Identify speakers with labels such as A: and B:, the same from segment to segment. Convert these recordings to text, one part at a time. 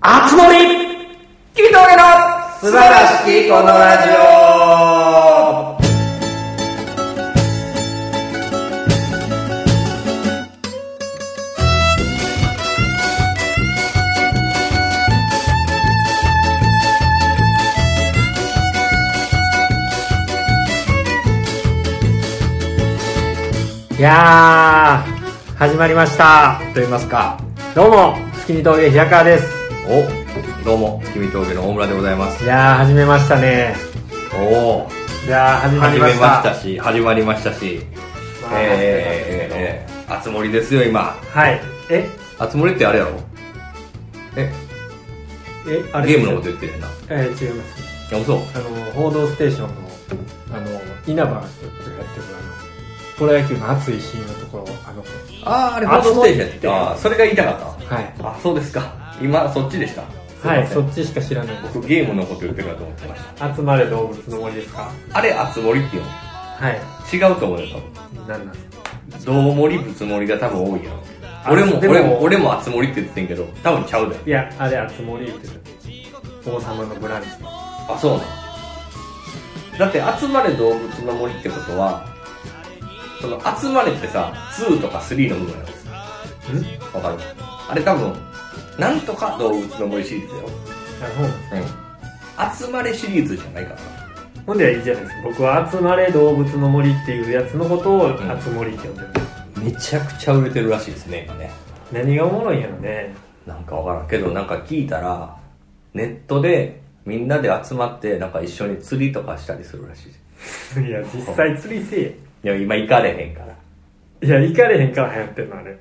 A: あつ森君と俺の
B: 素晴らしきこのラジオ
A: いやー、始まりました。
B: と言いますか
A: どうも、月見峠平川です。
B: おどうも月見峠の大村でございます
A: いやー、始めましたね。
B: おお
A: いやー、始まり
B: 始
A: ま
B: め
A: した。
B: ましたし始まりましたし
A: まあ
B: えーえーえーあつ森ですよ今
A: はい。え
B: あつ森ってあれやろえ
A: え、あれ
B: ゲ
A: で
B: ー
A: す
B: ムのこと言ってるな
A: えー、違います。
B: いやそう
A: あの、報道ステーションの、あの、稲葉がやってる、あの、プロ野球の熱いシーンのところ、あの、
B: あああれ
A: あ
B: 報道ステージやって
A: そう
B: あーそれが言いたかっ
A: はい。
B: たあそうですか今そっちでした
A: はい、
B: すい
A: そ
B: ま
A: っちしか知らない
B: せん僕ゲームのこと言ってるかと思ってまし
A: 集まれ動物の森ですか
B: たあれあつ森っていうの
A: はい。
B: 違うと思うよ多分
A: なんなんですか
B: どうもりぶつもりが多分多いやろ
A: あ
B: 俺も
A: でも
B: 俺も俺もあつ森って言ってんけど多分ちゃうだよ
A: いや、あれ、あつ森言ってた。王様のブランチ。
B: あそうなのだって集まれ動物の森ってことはその集まれってさ2とか3の部分やろわかるあれ多分なんとか動物の森シリーズだよ
A: あそう
B: うん集まれシリーズじゃないからな
A: ほんではいいじゃないですか。僕は集まれ動物の森っていうやつのことを
B: ん
A: あつ森って呼んでる。
B: めちゃくちゃ売れてるらしいですね今ね
A: 何がおもろいんやろね。
B: なんかわからんけどなんか聞いたらネットでみんなで集まってなんか一緒に釣りとかしたりするらしい
A: いや、実際釣りせ
B: いや、今行かれへんから。い
A: えや。いや、行かれへんから流行ってんの、あれ。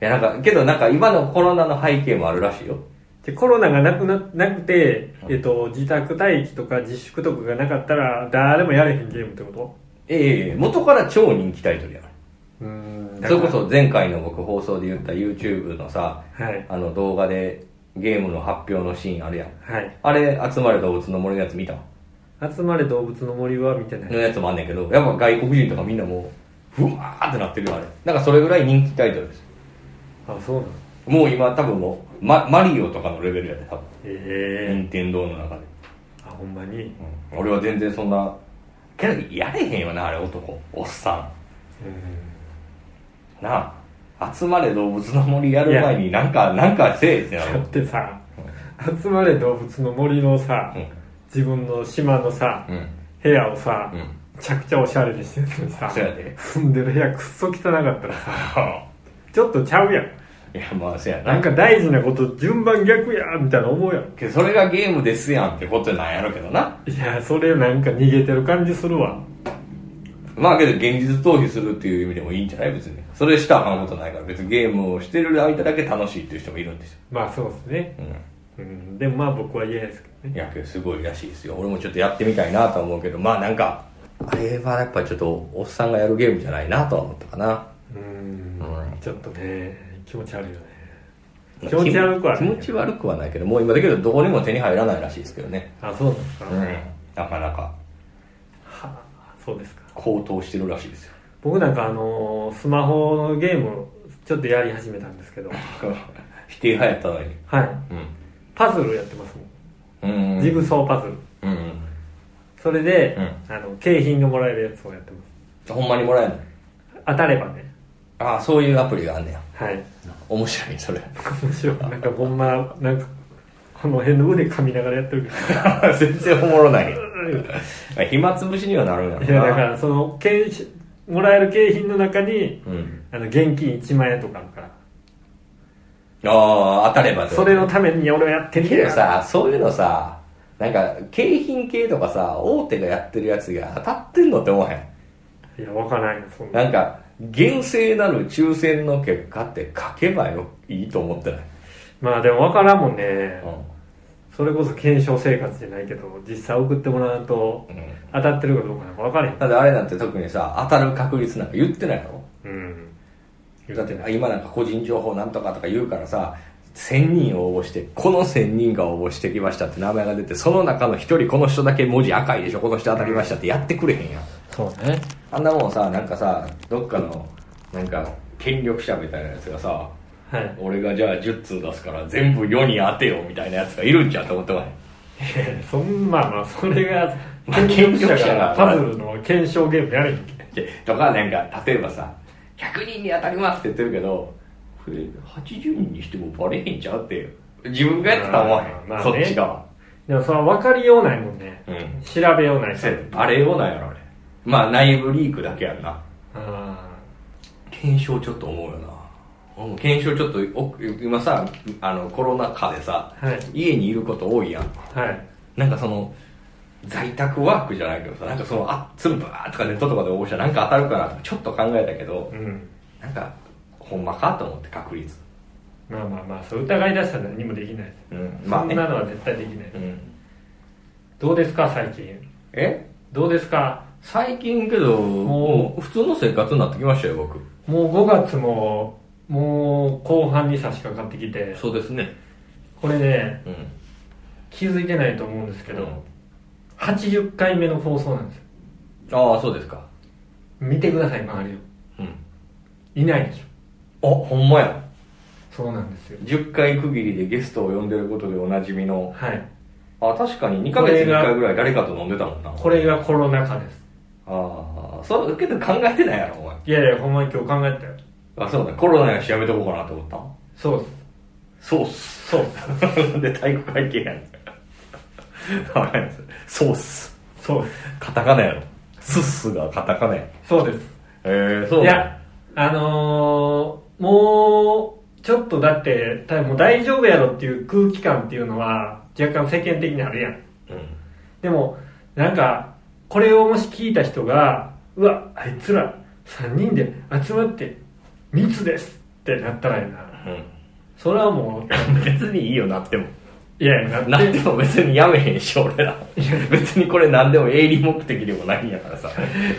B: や、なんか、けどなんか今のコロナの背景もあるらしいよ。
A: でコロナがなくな、なくて、えっと、自宅待機とか自粛とかがなかったら、誰もやれへんゲームってこ
B: ええ元から超人気タイトルやん。
A: とうん
B: それこそ前回の僕放送で言った YouTube のさ、
A: はい。
B: あの動画でゲームの発表のシーンあるやん。
A: はい。
B: あれ、集まる動物の森のやつ見た
A: 集まれ動物の森は見てない
B: の。やつもあんねんけど、やっぱ外国人とかみんなもう、ふわーってなってるよ、あれ。なんかそれぐらい人気タイトルです。
A: あ、そうなの
B: もう今多分もう、ママリオとかのレベルやで、多分。
A: ええ
B: 任天堂の中で。
A: あ、ほんまに。
B: うん俺は全然そんな、けどやれへんよな、あれ男、おっさん。なあ集まれ動物の森やる前になんかなんかせえってな
A: だ
B: る
A: ってさ集まれ動物の森のさ、
B: うん
A: 自分の島のさ、
B: うん
A: 部屋をさ、
B: うん
A: めちゃくちゃおしゃれにしてるのにさ
B: そうやで
A: 住んでる部屋くっそ汚かったらさちょっとちゃうやん
B: いやまあせやな
A: なんか大事なこと順番逆やみたいな思うやん
B: けどそれがゲームですやんってことなんやろうけどない
A: やそれなんか逃げてる感じするわ
B: まあけど現実逃避するっていう意味でもいいんじゃない別にそれしたらあかんことないから別にゲームをしてる間だけ楽しいっていう人もいるんですよ、
A: まあそうですね、
B: うん、
A: うん、でもまあ僕は嫌ですけどね
B: いやけどすごいらしいですよ俺もちょっとやってみたいなとは思うけどまあなんかあれはやっぱちょっとおっさんがやるゲームじゃないなとは思ったかな
A: うん
B: うん
A: ちょっとね気持ち悪いよね気持ち悪くは
B: 気
A: ね
B: 持ち悪くはないけどもう今だけどどこにも手に入らないらしいですけどね
A: あそうなんですか、は
B: なかなか
A: あそうですか
B: 高騰してるらしいですよ
A: 僕なんかあのースマホのゲームをちょっとやり始めたんですけど
B: 否定派やったのに
A: はいパズルやってますもん
B: うんうん
A: ジグソーパズル
B: うんうん
A: それで、
B: う
A: あの景品がもらえるやつをやってま
B: ほんまにもらえない
A: す当たればね
B: ああそういうアプリがあんねや
A: はい
B: 面白いそれ
A: 面白いなんかほんまなんかこの辺の腕噛みながらやってるけ
B: 全然おもろない
A: ど
B: 暇つぶしにはなるんやろない
A: やだからその景品もらえる景品の中に
B: うん
A: あの現金1万円とかあるから
B: ああ当たればってこ
A: そ
B: と
A: れのために俺はやってる
B: けどさそういうのさなんか景品系とかさ大手がやってるやつが当たってんのって思わへん
A: いやわからないよそんな
B: なんか厳正なる抽選の結果って書けばよいいと思ってない、
A: まあでもわからんもんね
B: うん
A: それこそ検証生活じゃないけど実際送ってもらうと
B: うん
A: 当たってるかどうかなんか分かれへん
B: だってあれなんて特にさ当たる確率なんか言ってないの
A: うん
B: だって今なんか個人情報なんとかとか言うからさ1000人応募してこの1000人が応募してきましたって名前が出てその中の1人この人だけ文字赤いでしょこの人当たりましたってやってくれへんやん
A: そうね
B: あんなもんさなんかさどっかのなんか権力者みたいなやつがさ
A: はい
B: 俺がじゃあ10通出すから全部世に当てよみたいなやつがいるんじゃんと思ってま
A: いやそんまあまあそれが
B: まあ
A: 権力
B: 権力
A: 者
B: 者が
A: がパズルの検証ゲームやれへんけ
B: へんでとかなんか例えばさ100人に当たりますって言ってるけどこれ80人にしてもバレへんちゃうって自分がやってたら思わへん
A: あ、ーまあ
B: そ
A: ね
B: っち側
A: でもそれは分かりようないもんね
B: うん
A: 調べようない
B: そ
A: か
B: う
A: ら
B: やねバレようなんやろあれまあ内部リークだけやんな
A: あ
B: 検証ちょっと思うよな俺も検証ちょっとお今さあのコロナ禍でさ、
A: はい
B: 家にいること多いやん
A: ーはい
B: なんかその在宅ワークじゃないけどさなんかそのあつんばーとかネットとかで応募したらなんか当たるかなとかちょっと考えたけど
A: うん
B: なんかほんまかと思って確率
A: まあまあまあそう疑い出したら何もできないです、
B: うんまあね
A: そんなのは絶対できない、
B: うん
A: どうですか最近
B: え
A: どうですか
B: 最近けどもう普通の生活になってきましたよ僕
A: もう5月ももう後半に差し掛かってきて
B: そうですね
A: これね
B: うん
A: 気づいてないと思うんですけ
B: け
A: ど、
B: ど
A: 80回目の放送なんですよ
B: ああそうですか
A: 見てください周りを
B: うん
A: いないでしょ
B: あほんまや
A: そうなんですよ
B: 10回区切りでゲストを呼んでることでおなじみの
A: はい
B: あ確かに2ヶ月に1回ぐらい誰かと飲んでたもんな
A: これがコロナ禍です
B: ああそうけど考えてないやろお前
A: いやいやほんまに今日考えたよ
B: あそうだコロナやしやめとこうかなと思った
A: そうっ
B: そうっす
A: すそうっす
B: で体育会系やんわかりますそうっす
A: そうっす
B: カタカナやろすっすがカタカナやへ
A: そうです
B: えー、そう
A: い
B: い
A: やあのー、もうちょっとだって多分もう大丈夫やろっていう空気感っていうのは若干世間的にあるやん
B: うん
A: でもなんかこれをもし聞いた人がうわあいつら3人で集まって密ですってなったらやなそれはも
B: うん、別にいいよなっても
A: ういやいや な
B: な
A: っ
B: ってても別にやめへんし俺ら別にこれ何でも営利目的でもないんやからさ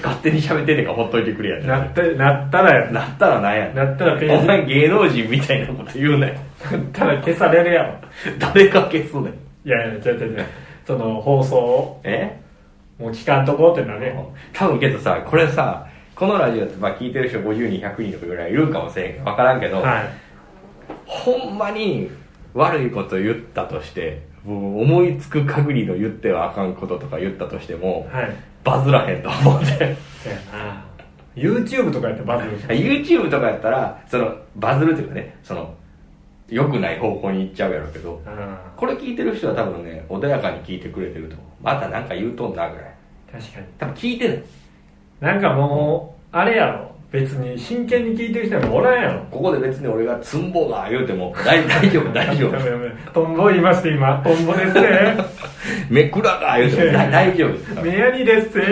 B: 勝手に喋ってんねんからほっといてくれや
A: なってなったらやな
B: なったらなんやねん
A: なったらページ
B: お前芸能人みたいなこと言うなよ
A: ったら消されるやろ
B: 誰か消すねん
A: いやいや違う違う違うその放送を
B: え
A: もう聞かんとこうってなね
B: 多分けどさこれさこのラジオってまあ聞いてる人50人100人とかぐらいいるんかもしれんけど分からんけど、
A: はい
B: ほんまに悪いこと言ったとしてもう思いつく限りの言ってはあかんこととか言ったとしても、
A: はい
B: バズらへんと思って
A: そやな YouTube とかやったらバズる
B: YouTube とかやったらそのバズるっていうかねその良くない方向に行っちゃうやろうけど
A: うん
B: これ聞いてる人は多分ね穏やかに聞いてくれてると思うまたなんか言うとんなぐらい
A: 確かに
B: 多分聞いてない
A: なんかもうあれやろ別に真剣に聞いてる人もおらんやろ
B: ここで別に俺が「つんぼが」言うても大大丈夫大丈
A: や
B: 夫
A: めやめトンボ言いました今トンボですね
B: 「めくらが」言うても大大丈夫です
A: メアリですね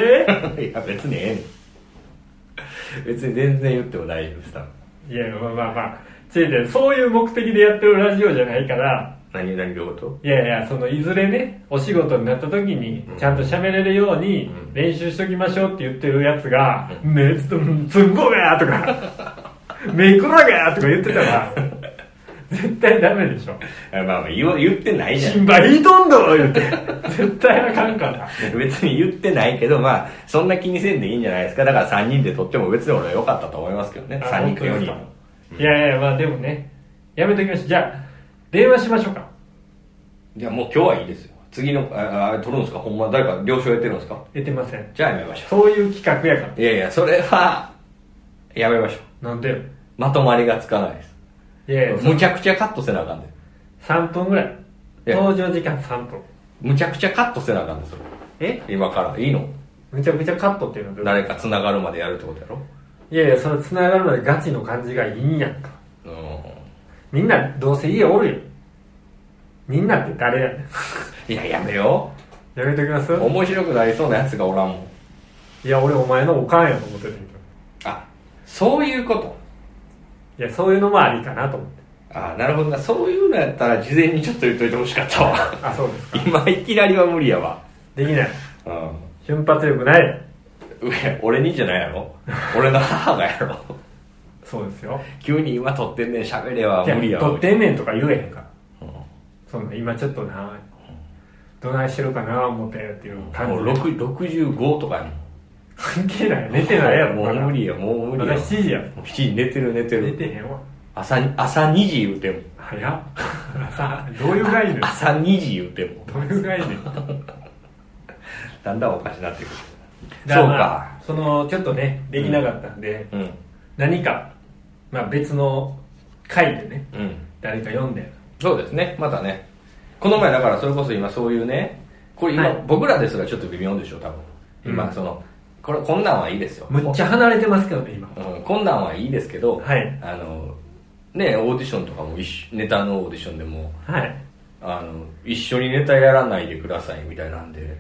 B: いや別にええねん別に全然言っても大丈夫です多分
A: いやまあまあまあちいてそういう目的でやってるラジオじゃないから
B: 何何のこと
A: いやいやそのいずれねお仕事になった時にちゃんと喋れるように
B: うん
A: 練習しときましょうって言ってるやつが「ねつつんぼが!」とか 「めくらが!」とか言ってたら絶対ダメでしょ
B: あまあまあ言わ言ってないじゃん
A: 新馬引いとんど言うて絶対あかんから
B: 別に言ってないけどまあそんな気にせんでいいんじゃないですかだから3人で撮っても別に俺は良かったと思いますけどね
A: あ
B: 3人か
A: 本当
B: 4
A: です
B: 人
A: かいやいやまあでもねやめときましょうじゃあ電話しましょうか
B: じゃあもう今日はいいですよ次のああ撮るんですかほんま誰か了承やってるんですか
A: 出てません
B: じゃあやめましょ
A: そういう企画やから
B: ういやいやそれはやめましょう
A: なんでよ
B: まとまりがつかないです
A: いやいや
B: むちゃくちゃカットせなあかんで
A: 3分ぐらい
B: いや
A: 登場時間3分
B: むちゃくちゃカットせなあかんでそれ
A: え
B: 今からいいの
A: むちゃくちゃカットっていうのはどうい
B: 誰か繋がるまでやるってことやろ
A: ういやいやそれ繋がるまでガチの感じがいいんやんか
B: う
A: みんなどうせ家おるよみんなって誰やねん
B: んいややめよ
A: やめときます
B: う面白くなりそうなやつがおらんもん
A: いや俺お前のおかんやと思ってるけど
B: あそういうこと
A: いやそういうのもありかなと思って
B: あなるほどなそういうのやったら事前にちょっと言っといてほしかったわ
A: あそうですか
B: 今いきなりは無理やわ
A: できない
B: うん
A: 瞬発力ない
B: 上俺にじゃないやろ俺の母がやろ
A: そうですよ
B: 急に今撮ってんねん喋れはい
A: や
B: 無理やわ
A: 撮ってんねんとか言えへんから
B: うんも
A: そんな今ちょっとなどないしてるかな思ってっていう感じ
B: う6 65とかやもん
A: 関係ない寝てないやろ
B: もう無理やもう無理や
A: 私7時や
B: もう7時寝てる寝て
A: 寝
B: る
A: てへんわ
B: 朝に、朝2時言うても。
A: 早っ朝 どういう概念
B: 朝2時言うても。
A: どういう概 念
B: だんだんおかしなってくる。
A: だ
B: そう
A: らま
B: か。
A: あそのちょっとねできなかったんで、
B: うん。
A: 何か、まあ、別の回でね
B: うん。
A: 誰か読んで
B: そうですね。またね。この前だからそれこそ今そういうね、これ今、
A: はい
B: 僕らですらちょっと微妙でしょ、多分。
A: う
B: 今
A: ん
B: その、これ、こんなんはいいですよ。
A: むっちゃ離れてますけどね今
B: うん、こんなんはいいですけど、
A: はい
B: あのねオーディションとかも一緒ネタのオーディションでも
A: はい
B: あの一緒にネタやらないでくださいみたいなんで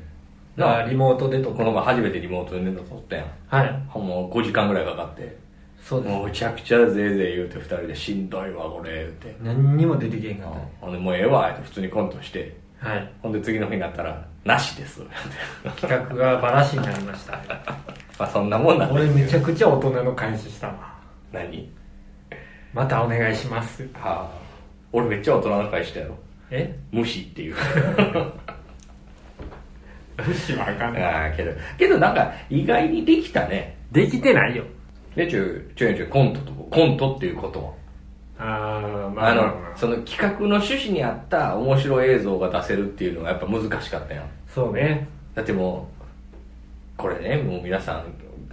A: あ
B: な
A: リモートでと
B: こ
A: か
B: の前初めてリモートでネタ撮ったやん
A: はい
B: もう5時間ぐらいかかって
A: そうです
B: もうむちゃくちゃぜいぜい言うて2人でしんどいわこれ言うて、
A: 何にも出てけんかっ
B: ほんでもうええわって普通にコントして
A: たはい
B: ほんで次の日になったら「なしです」
A: 企画がバラシになりました
B: まあそんなもんなんで
A: 俺めちゃくちゃ大人の開始したわ
B: 何
A: またお願いします
B: はあ俺めっちゃ大人の会したやろ
A: え
B: 無視っていう
A: 無視はあかんない
B: ああけどけどなんか意外にできたね
A: できてないよ
B: でちょちょいちょいコントとコントっていうことは
A: あーまあ
B: あのその企画の趣旨に合った面白い映像が出せるっていうのがやっぱ難しかったやん
A: そうね
B: だってもうこれねもう皆さん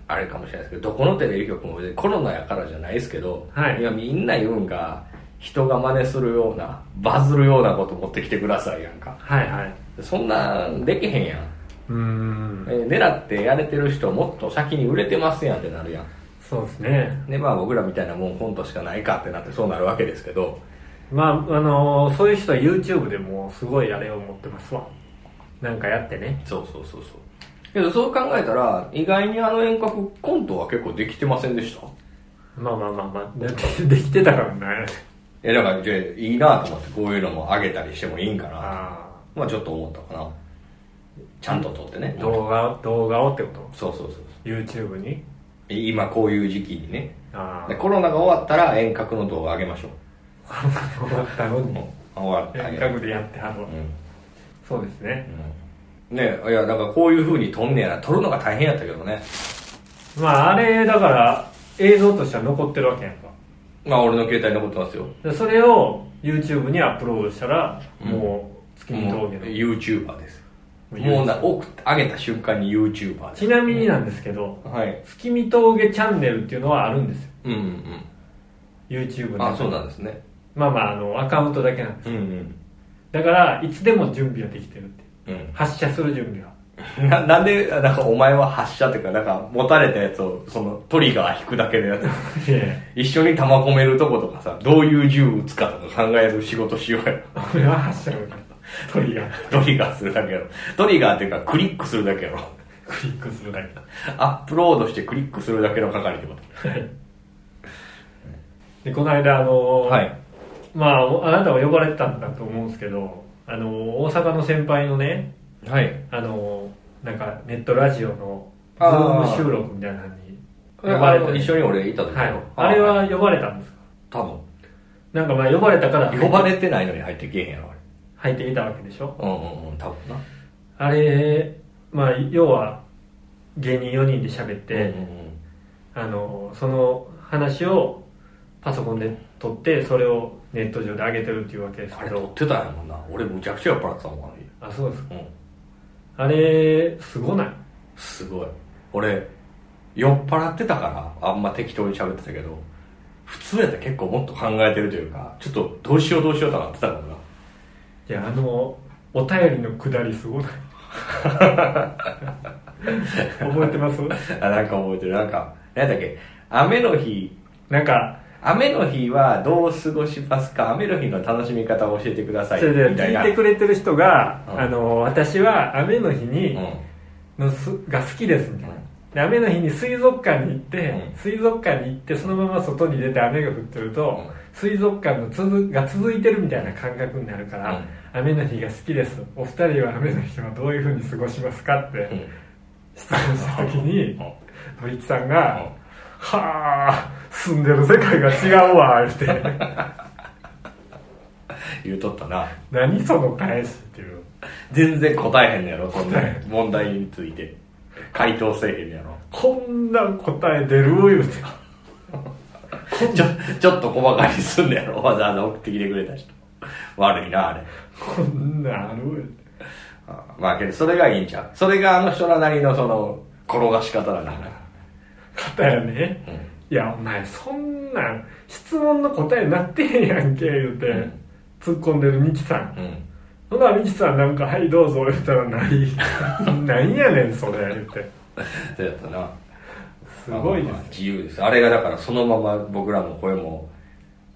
B: あれかもしれないですけどどこのテレビ局も別にコロナやからじゃないですけど、
A: はい
B: 今みんな言うんが人が真似するようなバズるようなこと持ってきてくださいやんか
A: はいはい
B: そんなんできへんやん
A: うーん
B: えー狙ってやれてる人もっと先に売れてますやんってなるやん
A: そうですね
B: でまあ僕らみたいなもんコントしかないかってなってそうなるわけですけど
A: まああのーそういう人は YouTube でもすごいあれを持ってますわなんかやってね
B: そうそうそうそうけどそう考えたら意外にあの遠隔コントは結構できてませんでした
A: まあまあまあまあだってできてたからね
B: えだからじゃあいいなと思ってこういうのも上げたりしてもいいんかな
A: あ
B: まあちょっと思ったかなちゃんと撮ってね
A: あ動画動画をってこと
B: そうそうそうそう
A: YouTube に
B: 今こういう時期にね
A: あ
B: でコロナが終わったら遠隔の動画上げましょう
A: あ終わったのに
B: あ終わった
A: 遠隔でやってはるわ
B: うん
A: そうですね
B: ねいやだからこういう風に撮んねやな撮るのが大変やったけどね
A: まああれだから映像としては残ってるわけやんか
B: まあ俺の携帯残ってますよ
A: でそれを YouTube にアップロードしたら、
B: うん
A: もう月見
B: もう
A: 峠の
B: YouTuber です
A: もう
B: もうな送ってあげた瞬間に YouTuber です
A: ちなみになんですけど、
B: はい
A: 月見峠チャンネルっていうのはあるんですよ
B: うんうん、
A: YouTube
B: う
A: で
B: ん、あそうなんですね
A: まあまああのアカウントだけなんです
B: うんうん
A: だからいつでも準備はできてるって
B: うん、
A: 発射する準備は
B: ななんでなんかお前は発射っていうかなんか持たれたやつをそのトリガー引くだけの やつ
A: いやいや
B: 一緒に弾込めるとことかさどういう銃撃つかとか考える仕事しよう よ
A: 俺は発射だからトリガー
B: トリガーするだけやろトリガーっていうかクリックするだけやろ
A: クリックするだけ
B: アップロードしてクリックするだけの係ってこと
A: でこの間あのー
B: はい
A: まあおあなたは呼ばれてたんだと思うんですけどあのー大阪の先輩のね
B: はい
A: あのーなんかネットラジオのズー
B: あー
A: ム収録みたいなのに呼
B: 呼
A: ば
B: ば
A: れ
B: れ
A: て
B: て一緒に俺いた時
A: はいあれは呼ばれたんですか
B: 多分
A: なんかまあ呼ばれたから
B: 呼ばれてないのに入ってけえへんやろ
A: 入ってみたわけでしょ
B: あれうんうんうん多分な
A: あれまあ要は芸人4人で喋って、
B: うんうん
A: あのその話をパソコンで撮ってそれをネット上で上げてるっていうわけですけ
B: あれ撮
A: ど
B: ってたんやもんな俺むちゃくちゃ酔っ払ってたもんあの日
A: あそうですか
B: うん
A: あれすごない
B: すごい俺酔っ払ってたからあんま適当に喋ってたけど普通やったら結構もっと考えてるというかちょっとどうしようどうしようとなってたからない
A: やあのお便りのくだりす ごない覚えてます
B: あなんか覚えてるなんか何やったっけ雨の日
A: なんか
B: 雨の日はどう過ごしますか雨の日の楽しみ方を教えてください
A: それで
B: みたい
A: 聞い
B: な
A: てくれてる人が、
B: うん
A: あの私は雨の日に、
B: う
A: のすが好きですみたいな
B: うん
A: で雨の日に水族館に行って、
B: うん
A: 水族館に行ってそのまま外に出て雨が降ってると、
B: うん
A: 水族館の続が続いてるみたいな感覚になるから、
B: うん
A: 雨の日が好きですお二人は雨の日はどういうふうに過ごしますかって
B: んうん
A: 質問した時に
B: うん
A: ドイツさんが「はあ住んでる世界が違うわ」って
B: 言うとったな
A: 何その返しっていう
B: 全然答えへんのやろそんな
A: 答え
B: 問題について回答せえへんのやろ
A: こんな答え出る言うてこ
B: ちょ、ちょっと細かにすんのやろ。わざわざ送ってきてくれた人。悪いな、あれ。
A: こんなんある
B: あまあけど、それがいいんちゃう。それがあの人らなりのその、転がし方だから。
A: 方やね、
B: うん
A: いやお前そんなん質問の答えなってへんやんけ言うて、
B: ん
A: 突っ込んでるミキさん
B: うん。
A: ほなミキさんなんか「はいどうぞ」言ったら「ない なんやねんそれ」言って
B: そうやったな。
A: すごいです
B: まあ自由です。あれがだからそのまま僕らの声も、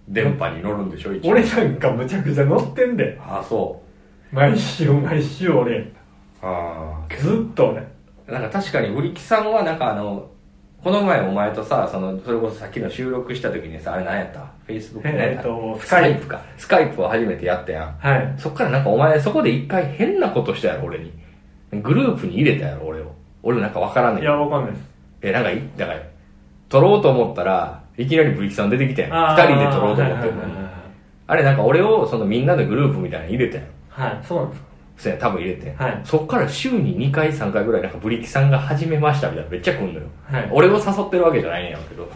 B: 電波に乗るんでしょ、一応
A: 俺なんかむちゃくちゃ乗ってんで
B: ああ、そ
A: 毎週毎週俺
B: う。ああ。
A: ずっと俺
B: なんか確かに、リキさんはなんかあの、この前お前とさ、その、それこそさっきの収録した時にさ、あれ何やった ?Facebook
A: えー
B: 何やった
A: えーと
B: スカイプか。スカイプを初めてやったやん。
A: はい
B: そっからなんかお前そこで一回変なことしたやろ、俺に。グループに入れたやろ、俺を。俺なんかわからんねん
A: い
B: けど
A: やわかんないです
B: え、なんかい、だから、撮ろうと思ったら、いきなりブリキさん出てきたやん。
A: あ
B: 二
A: ー
B: 人で撮ろうと思っ
A: はいは
B: てるの
A: いはい
B: に。あれなんか俺をそのみんなでグループみたいなの入れたやん。
A: はい、はい、そうなんですか
B: そうや、多分入れて。
A: はい
B: そっから週に2回、3回ぐらい、なんかブリキさんが始めましたみたいな、めっちゃ来んのよ。
A: はい
B: 俺を誘ってるわけじゃないんやろうけど。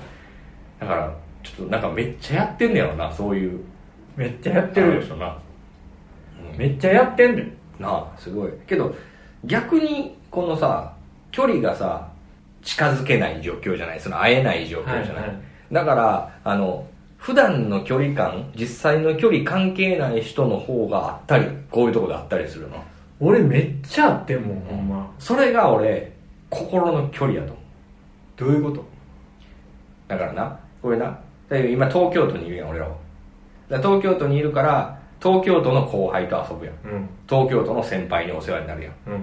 B: だから、ちょっとなんかめっちゃやってんねやろな、そういう。
A: めっちゃやってる
B: でしょな。
A: めっちゃやってんで
B: なあ、すごい。けど、逆に、このさ、距離がさ、近づけない状況じゃない、その会えない状況じゃない。
A: はいはい
B: だから、あの、普段の距離感、実際の距離関係ない人の方があったり、こういうとこであったりするの。
A: 俺めっちゃあってんもんほんま
B: それが俺、心の距離やと思う。
A: どういうこと
B: だからな、これな、だけど今東京都にいるやん、俺らは。だから東京都にいるから、東京都の後輩と遊ぶやん。
A: うん
B: 東京都の先輩にお世話になるやん。
A: うんうん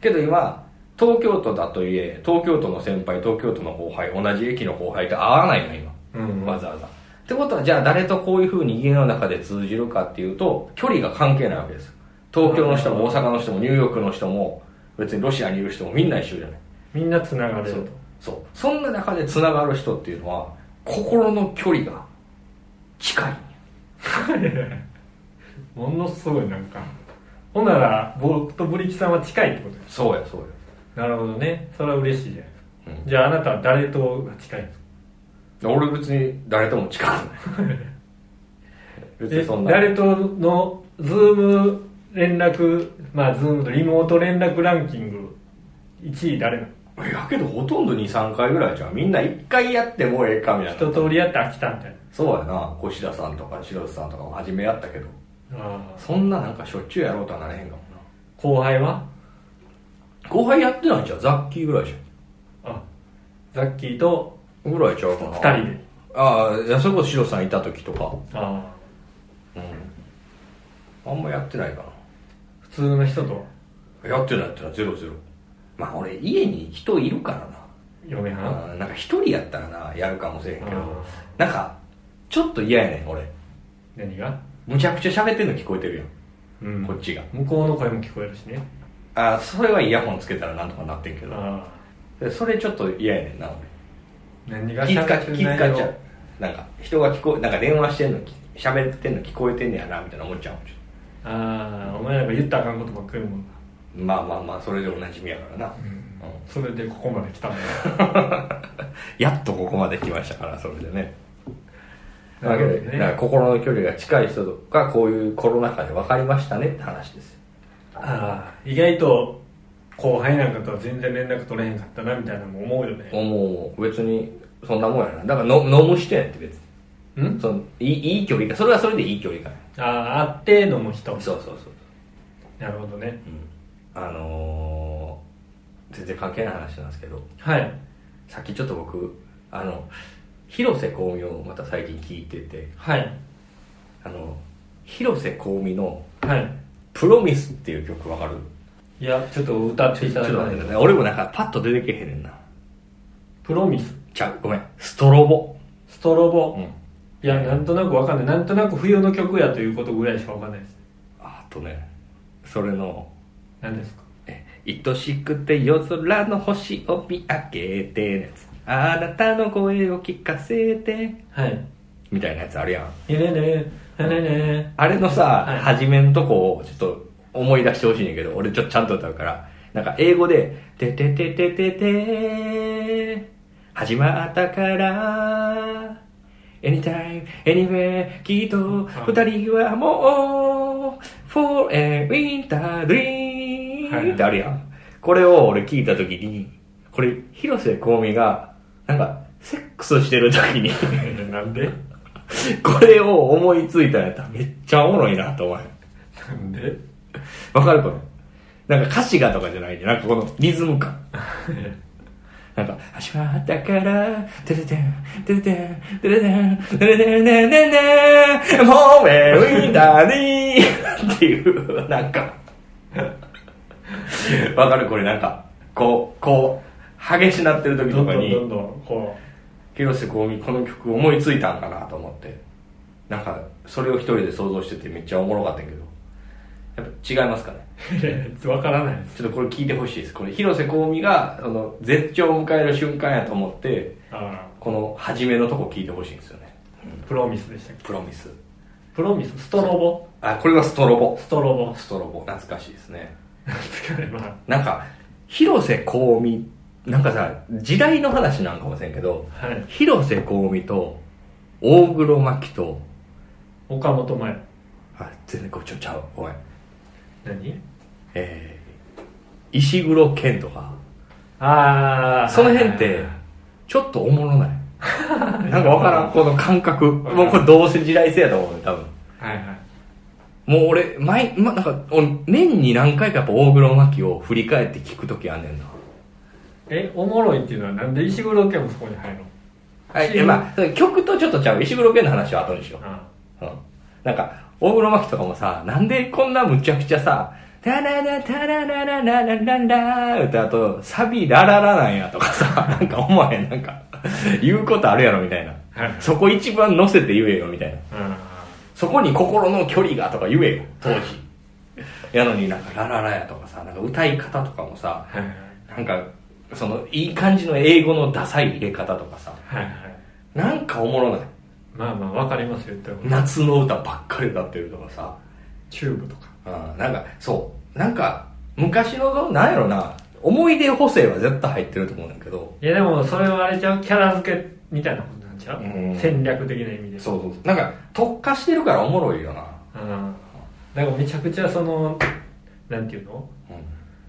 B: けど今東京都だといえ東京都の先輩東京都の後輩同じ駅の後輩と会わないの今、
A: うんうん
B: わざわざってことはじゃあ誰とこういうふうに家の中で通じるかっていうと距離が関係ないわけです東京の人も大阪の人もニューヨークの人も別にロシアにいる人もみんな一緒じゃない
A: みんなつながれる
B: そうそうそんな中でつながる人っていうのは心の距離が近い
A: とものすごいなんかほんなら僕とブリキさんは近いってことで
B: そうやそうや
A: すなるほどねそれは嬉しいじゃないですか、
B: うん
A: じゃああなたは誰とが近いんですか
B: 俺別に誰とも近くない別にそん
A: え
B: な
A: 誰とのズーム連絡まあズームとリモート連絡ランキング1位誰なの
B: いやけどほとんど23回ぐらいじゃんみんな1回やってもうええかみたいな
A: 一通りやって飽きたみたい
B: そうやな越田さんとか白津さんとかも初めやったけど
A: なあ
B: そんななんかしょっちゅうやろうとはなれへんかもな
A: ー後輩は
B: 後輩やってないじゃんザッキーぐらいじ
A: あザッキーと
B: ゃんぐらいちゃうかな
A: 2人で
B: ああいやそれこそ白津さんいた時とか
A: ああ
B: うんあんまやってないか
A: 普通の人と
B: なやってないやってないゼロゼロまあ俺家に人いるから
A: 嫁
B: な、
A: はん
B: うんなんか一人やったらなやるかもしれへんけど
A: あ
B: なんかちょっと嫌やねん俺
A: 何が
B: むちゃくちゃ喋ってんの聞こえてるやん
A: うん
B: こっちが
A: 向こうの声も聞こえるしね
B: あそれはイヤホンつけたらなんとかなってんけど
A: ああ
B: でそれちょっと嫌やねんな
A: 何
B: 俺
A: が
B: 気使
A: 喋
B: っ
A: って
B: 気
A: る
B: 使っ
A: 内
B: ちゃ
A: 容
B: うなんか人が聞こえなんか電話してんのき喋ってんの聞こえてんねやなみたいな思っちゃうもんちょっ
A: ああお前なんか言ったらあかんことばっかりやもんな
B: とまあまあまあそれでおなじみやから な、う
A: それでここまで来たん だ
B: んやっとここまで来ましたからそれでね
A: なるほどね
B: だからだから心の距離が近い人とかこういうコロナ禍で分かりましたねって話ですよ
A: ああ意外と後輩なんかとは全然連絡取れへんかったなみたいなのも思うよね
B: もう別にそんなもんやなだからの飲む人やんって別に
A: ん
B: そのいいいい距離かそれはそれでいい距離か
A: あああってのも人
B: そうそうそう
A: なるほどね
B: あのー全然関係ない話なんですけど
A: はい
B: さっきちょっと僕あの広瀬香美をまた最近聞いてて
A: はい
B: あの広瀬香美の
A: はい
B: 「プロミスっていう曲わかる
A: いやちょっと歌ってい
B: ちょ
A: ただ
B: っと
A: きた
B: 待
A: い
B: ってくだ
A: な
B: さい俺もなんかパッと出てけへんねんな
A: プロミス
B: ちゃうごめんストロボ
A: ストロボ、
B: うん
A: いやなんとなくわかんないなんとなく冬の曲やということぐらいしかわかんないです
B: あとねそれの
A: 何ですか
B: え愛しくて夜空の星を見上げてのやつあなたの声を聞かせて
A: はい
B: みたいなやつあるやん
A: ねねねねねね
B: あれのさ、
A: はい
B: 初めんとこをちょっと思い出してほしいねんだけど、俺ちょっとちゃんと歌うから、なんか英語で、てててててて、始まったから、 Anytime, anywhere きっと二人はもう For a winter
A: はい
B: dream ってあるやんこれを俺聞いた時にこれ広瀬香美がなんかセックスしてる時に
A: なんで
B: これを思いついたんやったらめっちゃおもろいなと思う
A: なんで
B: わかるこれなんか歌詞がとかじゃないでなんかこのリズム感なんか、足はだから、てれてん、てれてん、てれてん、てれてん、てれてん、てれてん、もうえウィンダーリーっていう、なんか、わかるこれなんか、こう、こう、激しなってる時
A: ど
B: と
A: ん
B: か
A: どんど
B: に
A: ん、どんこ
B: 広瀬香美この曲思いついたんかなと思って、なんか、それを一人で想像しててめっちゃおもろかったんやけど、やっぱ違いますかね
A: う わからないです
B: ちょっとこれ聞いてほしいです。これ広瀬香美が、その、絶頂を迎える瞬間やと思って、
A: あ
B: この初めのとこ聞いてほしいんですよね
A: あプロミスでしたっけ
B: プロミス
A: プロミスストロボ
B: あこれはストロボ
A: ストロボ
B: ストロボ懐かしいですね
A: 疲れま
B: なんか広瀬香美なんかさ時代の話なんかもせんけど
A: あはい
B: 広瀬香美と大黒摩季と
A: 岡本麻也
B: あ全然こっちょちゃうごめん
A: 何
B: えー、石黒賢とか
A: ああ
B: その辺ってちょっとおもろないなんかわからんこの感覚
A: からん
B: もうこれどうせ時代性やと思うね多分
A: はいはい
B: もう俺、毎、ま、なんか、俺年に何回かやっぱ大黒摩季を振り返って聞くときあんねんな。
A: えおもろいっていうのはなんで石黒家もそこに入るの
B: はい、え、まあ、それ曲とちょっとちゃう。石黒家の話は後にしよ
A: あ
B: う。うん。なんか、大黒摩季とかもさ、なんでこんなむちゃくちゃさ、タララタラララララララってあと、サビラララなんやとかさ、なんか思わへん、なんか、言うことあるやろみたいな。
A: あはい
B: そこ一番乗せて言えよみたいな。
A: あ
B: そこに心の距離がとか言えよ、当時。やのになんかラララやとかさ、なんか歌い方とかもさ
A: あ、はい
B: なんか、その、いい感じの英語のダサい入れ方とかさ、
A: はいはい
B: なんかおもろない。
A: まあまあわかりますよ言っても
B: 夏の歌ばっかり歌ってるとかさ、
A: チューブとか
B: うん、なんか、そう、なんか、昔の、なんやろな、思い出補正は絶対入ってると思うんだけど、
A: いやでもそれはあれちゃうキャラ付けみたいなことなんちゃう
B: うん
A: 戦略的な意味で
B: そうそうそう、なんか、特化してるからおもろいよな。
A: うんだからめちゃくちゃそのなんていうの
B: うん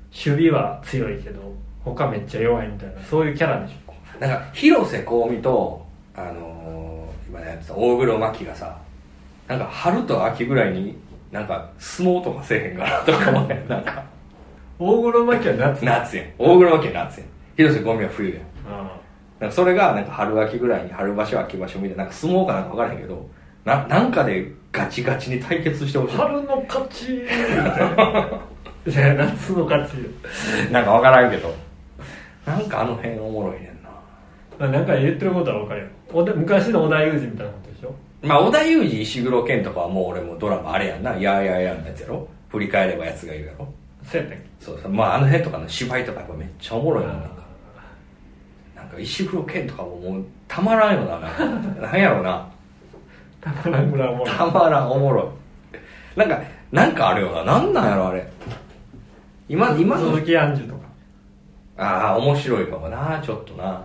A: 守備は強いけど他めっちゃ弱いみたいなそういうキャラでしょ
B: なんか、広瀬香美と、あのー、今ね、やってた大黒摩季がさ、なんか、春と秋ぐらいに、なんか、相撲とかせえへんかなとか思うね、なんか。
A: 大黒摩季は夏
B: 夏やん大黒摩季は夏やん広瀬香美は冬やん
A: あ
B: なんかそれがなんか春秋ぐらいに春場所秋場所みたいななんか相撲かなんか分からへんけどななんかでガチガチに対決してほしい
A: 春の勝ちみたい ないや夏の勝ち
B: なんか分からんけどなんかあの辺おもろいねんな
A: まあなんか言ってることはわかるよおで昔の織田裕二みたいなことでしょ
B: まあ織田裕二石黒賢とかはもう俺もドラマあれやんな「いやいやいや」のやつやろ振り返ればやつがいるやろ
A: そうやったっ
B: そうそうまああの辺とかの芝居とかやっぱめっちゃおもろい
A: け
B: ななんかなんか石黒賢とかももうたまらんよななんかなんやろうな
A: たまらんぐらいおもろい
B: たまらんおもろいなんかなんかあるよななんなんやろあれ今今の
A: 鈴木杏樹とか
B: ああ面白いかもなちょっとな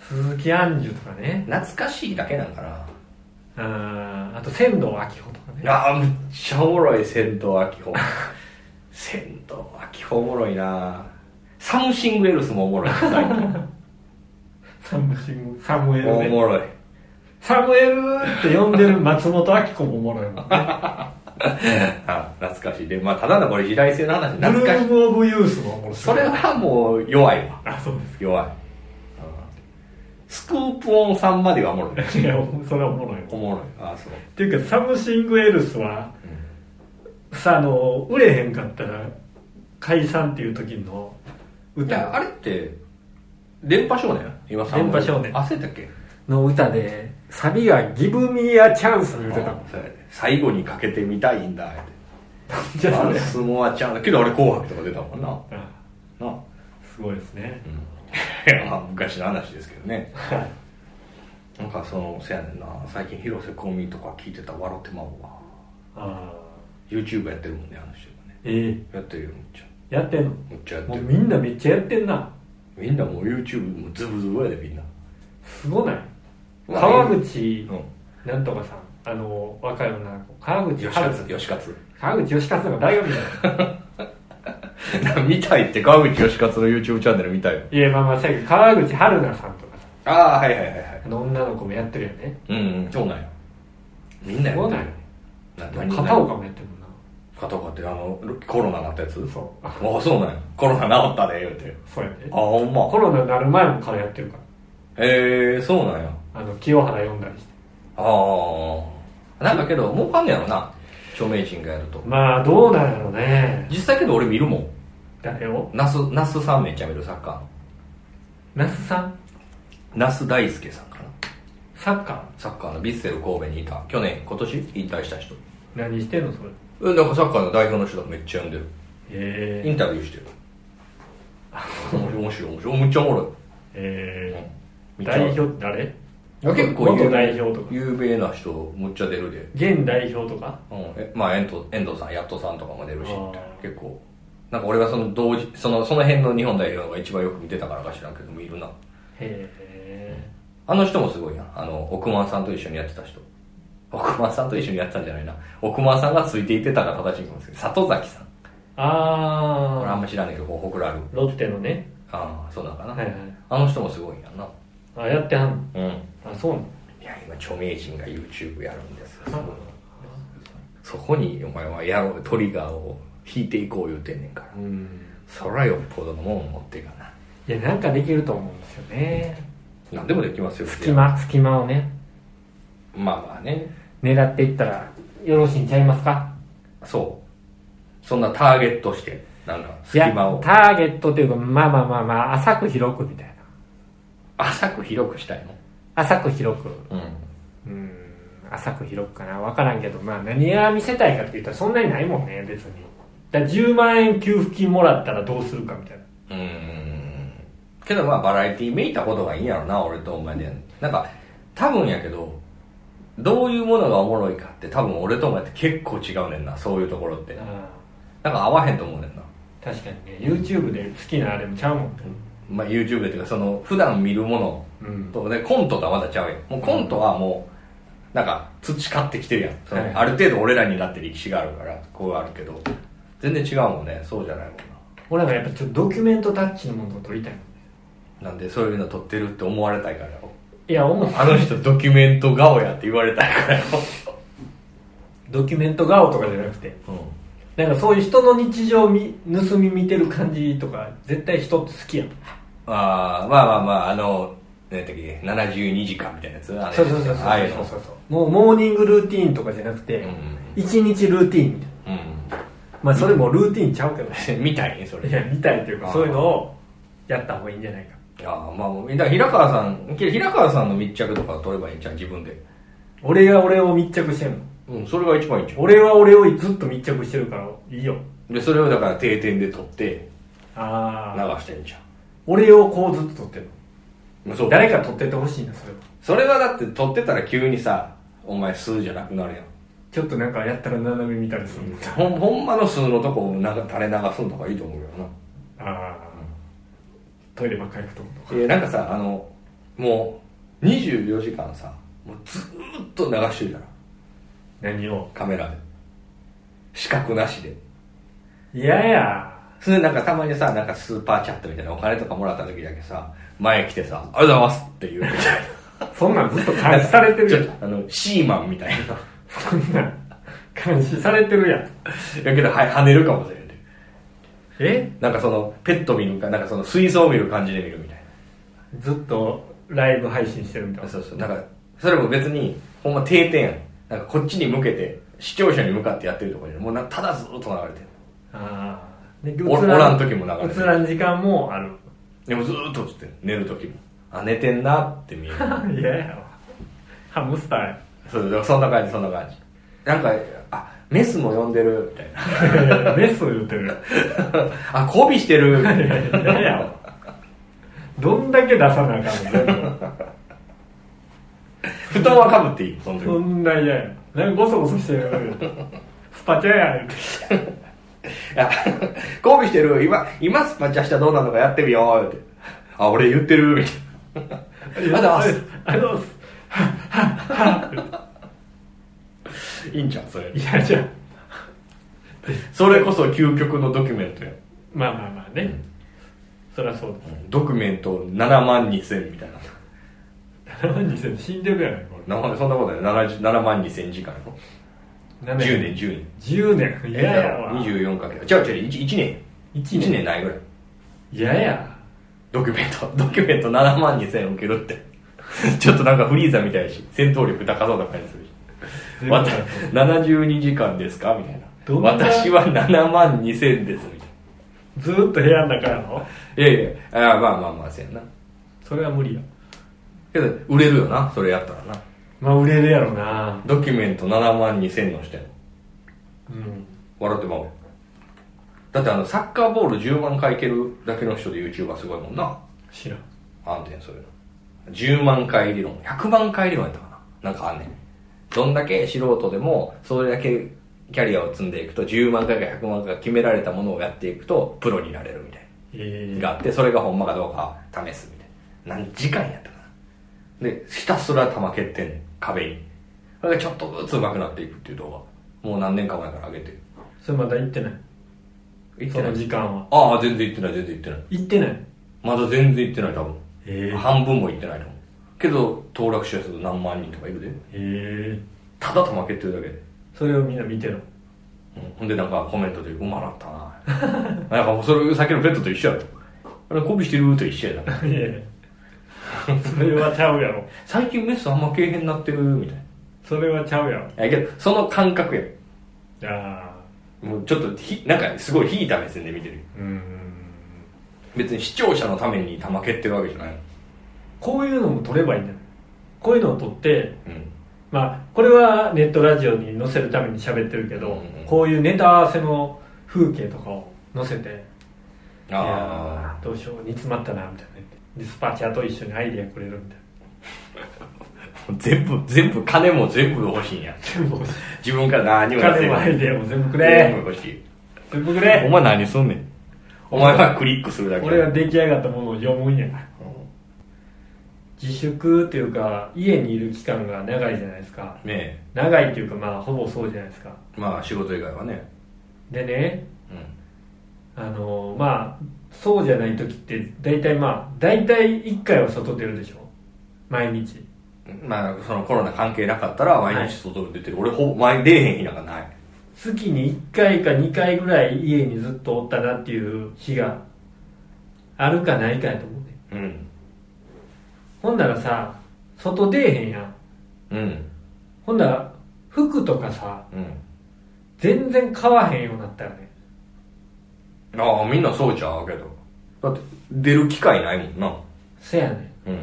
A: 鈴木杏樹とかね
B: 懐かしいだけなんかな
A: あーあと仙道明穂とかね
B: ああめっちゃおもろい仙道明 穂仙道明穂おもろいなサムシングエルスもおもろい最近
A: サムシングサムエル
B: お
A: ね
B: もろい
A: サムエルって呼んでる松本明子もおもろいもん ね
B: あ懐かしいでまあただのこれ時代性の話
A: ブル
B: 懐かし
A: ー
B: い
A: ム・オブ・ユースもおもろい
B: それはもう弱いわ
A: あそうです
B: 弱い、うんスクープオンさんまでがおもろい
A: いやそれはおもろい
B: お
A: っ
B: もろいああそう
A: ていうかサムシングエルスはさあの売れへんかったら解散っていう時の
B: いやあ
A: 歌
B: れって電波少年今さ
A: 電波少年
B: 焦ったっけ
A: の歌でサビが「ギブミ e アチャンス」言うてた もん
B: あそうやね最後にかけてみたいんだっ
A: じ
B: て
A: ゃあ
B: あ
A: そ
B: れ
A: れ
B: 相撲はちゃうけどあれ「紅白」とか出たもんな
A: あ
B: なあ
A: すごいですね
B: いやまあ昔の話ですけどねなんかそのせやねんな最近広瀬香美とか聞いてたら笑ってまうわ
A: ああ
B: YouTube やってるもんねあの人がね
A: ええ
B: やってるよむっちゃ
A: やってんの
B: むっちゃやって
A: もう
B: る
A: みんなめっちゃやってんな
B: みんなもう YouTube もうズブズブやでみんな
A: すごない
C: まあ
A: 川口
B: うん
A: なんとかさんあの若い女の子川口
B: 吉
A: 春さ
B: 勝
A: ん
B: 吉勝
A: 川口義勝の大学みたいな
B: 見たいって川口吉勝の YouTube チャンネル見たいよ
A: いやまあまあせやけど川口春奈さんとかさ
C: ああ、はいはいはいはい。
A: あの女の子もやってるよね
B: うんうんそうなんよみんなや
A: そう
B: っ
A: なん
B: た
A: よ
B: よ
A: ね
B: なん
A: で
B: か
A: も片岡もやってるもんな
B: 片岡ってあのコロナなったやつ
A: そう
B: あそうなんやコロナ治ったで言うて
A: そうやね
B: あほんま
A: コロナになる前もからやってるか
B: へえそうなんや
A: らあの清原読んだりして
B: ああなんかけど儲かんねやろな著名人がやると
A: まあどうなんやろうね
B: 実際けど俺見るもん
A: 誰を
B: 那須那須さんめっちゃ見るサッカーの
A: 那須さん
B: 那須大輔さんかな
A: サッカー
B: サッカーのヴィッセル神戸にいた去年今年引退した人
A: 何してんのそれ
B: うんなんかサッカーの代表の人とかめっちゃ呼んでる
A: え
B: インタビューしてる面白い面白い面白いめっちゃおもろい
A: え
B: め
A: ー、
B: っちゃ
A: 代表って誰
B: いや結構有
A: 元
B: 名
A: 代表とか
B: 有名な人むっちゃ出るで、
A: 現代表とか
B: うんえまあ、遠藤遠藤さんやっとさんとかも出るし
A: あー
B: 結構なんか俺はその同時そのその辺の日本代表が一番よく見てたからか知らんけどもいるな
A: へえ
B: あの人もすごいなあの奥間さんと一緒にやってた人奥間さんと一緒にやってたんじゃないな奥間さんがついていてたが正しいかもしれない里崎さん
A: あ
B: 俺あ
A: あ
B: んま知らないけどこうほくらある
A: ロッテのね
B: ああそうだかな、
A: はいはい
B: あの人もすごいんやな
A: あやってはんの
B: うん
A: あそうなの
B: いや今著名人が YouTube やるんですよすごいそこにお前はやろうトリガーを引いていこう言うてんねんから
A: うん
B: そらよっぽどのもん持っていかない
A: やなんかできると思うんですよね
B: 何でもできますよ
A: 隙間隙間をね
B: まあまあね
A: 狙っていったらよろしいんちゃいますか
B: そうそんなターゲットしてなんか隙間
A: いや
B: を
A: ターゲットというかまあまあまあまあ浅く広くみたいな
B: 浅く広くしたい
A: 浅く広く
B: の
A: うん浅く広くかな分からんけどまあ何が見せたいかって言ったらそんなにないもんね別にだから10万円給付金もらったらどうするかみたいな
B: うんんけどまあバラエティーめいたことがいいんやろな俺とお前でなんか多分やけどどういうものがおもろいかって多分俺とお前って結構違うねんなそういうところって
A: あ
B: なんか合わへんと思うねんな
A: ー確かにね YouTube で好きなあれもちゃうもんね
B: まあ、YouTube でというかその普段見るも
A: うん
B: のとねコントとはまだちゃうやんもうコントはもうなんか培ってきてるやん、その
A: はい
B: ある程度俺らになって歴史があるからこうあるけど全然違うもんねそうじゃないもん
A: 俺らがやっぱちょっとドキュメントタッチのものを撮りたいもんね
B: ななんでそういうの撮ってるって思われたいからよ
A: いや思う
B: あの人ドキュメント顔やって言われたいからよ、
A: ドキュメント顔とかじゃなくて
B: う
A: なんかそういう人の日常をみ盗み見てる感じとか絶対人って好きやん
B: ん、あーまあまあまああの何やったっけ72時間みたいなやつあれ
A: そうそうそうそう
B: ああいう
A: そう
B: の
A: そうそうもうモーニングルーティーンとかじゃなくて一、日ルーティーンみたいなまあそれもルーティーンちゃうけどね
B: うん 見たいねそれ
A: いや見たいというか
B: あー
A: そういうのをやった方がいいんじゃないか
B: いやまあ、だから平川さん、け平川さんの密着とか取ればいいんじゃん、自分で。
A: 俺が俺を密着してんの
B: うん、それが一番いいんじゃ
A: 俺は俺をずっと密着してるからいいよ
B: ん。で、それをだから定点で撮って、
A: あ
B: 流
A: あ
B: してんじゃ
A: 俺をこうずっと撮ってる
B: ん。そ
A: の
B: う。
A: 誰か撮っててほしいなそれは
B: それはだって撮ってたら急にさ、お前数じゃなくなるやん。
A: ちょっとなんかやったら斜め見たりするんだ、
B: ほんほんまの数のとこをなんか垂れ流すのとかいいと思うよ
A: ああトイレばっかり行くとこと
B: な。いや、なんかさ、あの、もう、24時間さ、もうずーっと流してるじゃん。
A: 何を
B: カメラで。視覚なしで。
A: いやや
B: それでなんかたまにさ、なんかスーパーチャットみたいなお金とかもらった時だけさ、前来てさ、ありがとうございますって言うみたい
A: そんなんずっと監視されて
B: な。ちょ
A: る
B: っ
A: やん
B: と、あの、シーマンみたいな。
A: そんなん監視されてるやん
B: やけど、はい、跳ねるかもしれんで。
A: え
B: なんかその、ペット見るか、なんかその、水槽見る感じで見るみたい
A: ずっとライブ配信してるみたい
B: な。
A: な
B: そうそう。なんか、それも別に、ほんま定点やん。なんかこっちに向けて、視聴者に向かってやってるところに、もうな、ただずっと流れてる。
A: ああで
B: お
A: 映
B: おらん時も流れてる
A: 映らん時間もある
B: でもずーっと映ってる。寝る時も。あ、寝てんなって見える。
A: いややわハムスターや
B: そうそう、そんな感じ、そんな感じ。なんか、あ、メスも呼んでる、みたいな。
A: メスを言ってる
B: あ、媚びしてる。
A: いややわどんだけ出さなあかんの全
B: 布団はかぶっていいその
A: 部
B: 時
A: そんな嫌やなんかゴソゴソしてるスパチャやん
B: あ 交尾してる。今、今スパチャしたらどうなのかやってみよう。って。あ、俺言ってる。みたいな。あ、だ
A: ありがとうございます
B: いいんじゃんそれ
A: いやじゃあ
B: それこそ究極のドキュメントや
A: まあまあまあね、そりゃそうです
B: ドキュメント7万2000みたいな
A: 7万2000死んでるやないこれ
B: なそんなことない 7, 7万2000時間やろ10年10年
A: 10年嫌やわ
B: 24かけた違う違う 1, 年
A: 1
B: 1年ないぐらい
A: 嫌や
B: ドキュメント ドキュメント7万2000受けるって ちょっとなんかフリーザみたいやし戦闘力高そうな感じするし
A: 全部
B: わた72時間ですかみたいな
A: どんな
B: 私は7万2000ですみたい
A: ずーっと部屋の中やろ
B: ないやいやあーまあまあまあせやな
A: それは無理や
B: けど売れるよなそれやったらな
A: まあ売れるやろな
B: ドキュメント7万2000の人やん
A: うん
B: 笑ってまうわだってあのサッカーボール10万回いけるだけの人で YouTuber すごいもんな
A: 知らん
B: あんてんそういうの10万回理論100万回理論やったかななんかあんねんどんだけ素人でもそれだけキャリアを積んでいくと10万回か100万回決められたものをやっていくとプロになれるみたいな
A: ええ
B: があってそれがほんまかどうか試すみたいな何時間やったかなでひたすら球蹴ってんねん壁にそれがちょっとずつ上手くなっていくっていう動画もう何年か前から上げて
A: それまだ行ってない
B: 行っ
A: そ
B: てな
A: の
B: い
A: 時間は
B: ああ全然行ってない全然行ってない
A: 行ってない
B: まだ全然行ってない多分、
A: え
B: 半分も行ってないと思うけど登録者数何万人とかいるで
A: ええ
B: ただ球蹴ってるだけで
A: それをみんな見 てる
B: うんほんでなんかコメントで「うまなった な」なんかもうそれさっきのペットと一緒やろあれ媚びしてると一緒やな
A: いやいやそれはちゃうやろ
B: 最近メスあんまけえへんなってるみたいな
A: それはちゃうやろ
B: いやけどその感覚や
A: ああ
B: もうちょっとひなんかすごい引いた目線で見てる
A: うん
B: 別に視聴者のために玉蹴ってるわけじゃない
A: こういうのも撮ればいいんじゃないこういうのを撮って
B: うん
A: まあこれはネットラジオに載せるために喋ってるけど、
B: うんうん
A: こういうネタ合わせの風景とかを載せていや
B: あ
A: ーどうしよう煮詰まったなみたいな言ってでスパチャと一緒にアイディアくれるみたいな
B: あ全部全部金も全部欲しいんや
A: 全部 欲しい
B: 自分から何にも出せ
A: 金
B: へん
A: もアイディアも全部く
B: 全
A: れ
B: 部欲しい
A: 全部く
B: お
A: れ
B: 前何すんねんお前はクリックするだけ
A: 俺は出来上がったものを読むんやから
B: うん
A: 自粛っていうか家にいる期間が長いじゃないですか
B: ね
A: 長いっていうかまあほぼそうじゃないですか
B: えまあ仕事以外はね
A: でね
B: うん
A: あのまあそうじゃない時って大体まあ大体1回は外出るでしょ毎日
B: まあそのコロナ関係なかったら毎日外出てる、俺ほぼ前出えへん日なんかない
A: 月に1回か2回ぐらい家にずっとおったなっていう日があるかないかやと思うね
B: うん
A: ほんならさ外出えへんやん
B: うん
A: ほんなら服とかさ
B: うん
A: 全然買わへんようになったよね
B: ああみんなそうちゃうけどだって出る機会ないもんな
A: せやね
B: うん
A: ん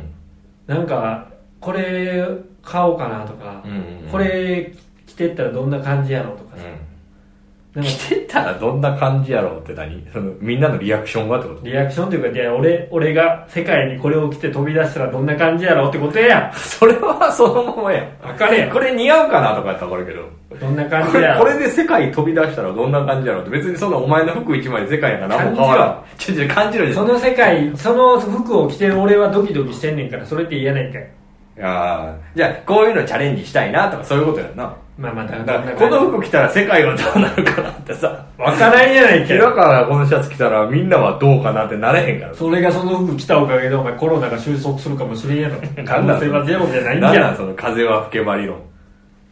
A: なんかこれ買おうかなとか、
B: うんうん
A: これ着てったらどんな感じやろうとかさ、
B: う
A: なんんか
B: 着てたらどんな感じやろうって何そのみんなのリアクションはってこと
A: リアクションというか、いや、俺、俺が世界にこれを着て飛び出したらどんな感じやろうってことや。
B: それはそのままやん
A: わかれ
B: これ似合うかなとかやったらわかるけ
A: ど
B: ど
A: んな感
B: こ
A: じや
B: れこ
A: ろ
B: れで世界飛び出したらどんな感じやろうって別にそんなお前の服一枚で世界が何も変わらんちょちょ感じるでし
A: そ
B: ょ
A: の世界、その服を着てる俺はドキドキしてんねんから、それって嫌ないかい。
B: あーじゃあこういうのチャレンジしたいなとかそういうことやんな
A: まあまあ、だ
B: だ
A: か
B: から
A: ら、
B: この服着たら世界はどうなるかなってさ
A: わからんやないか
B: 平
A: い。
B: 川がこのシャツ着たらみんなはどうかなってなれへんから
A: それがその服着たおかげで、お前コロナが収束するかもしれんやろ。可
B: んなん
A: 能性はゼロじゃないん
B: なん
A: じ
B: な
A: ゃ
B: んその風は吹けば理論、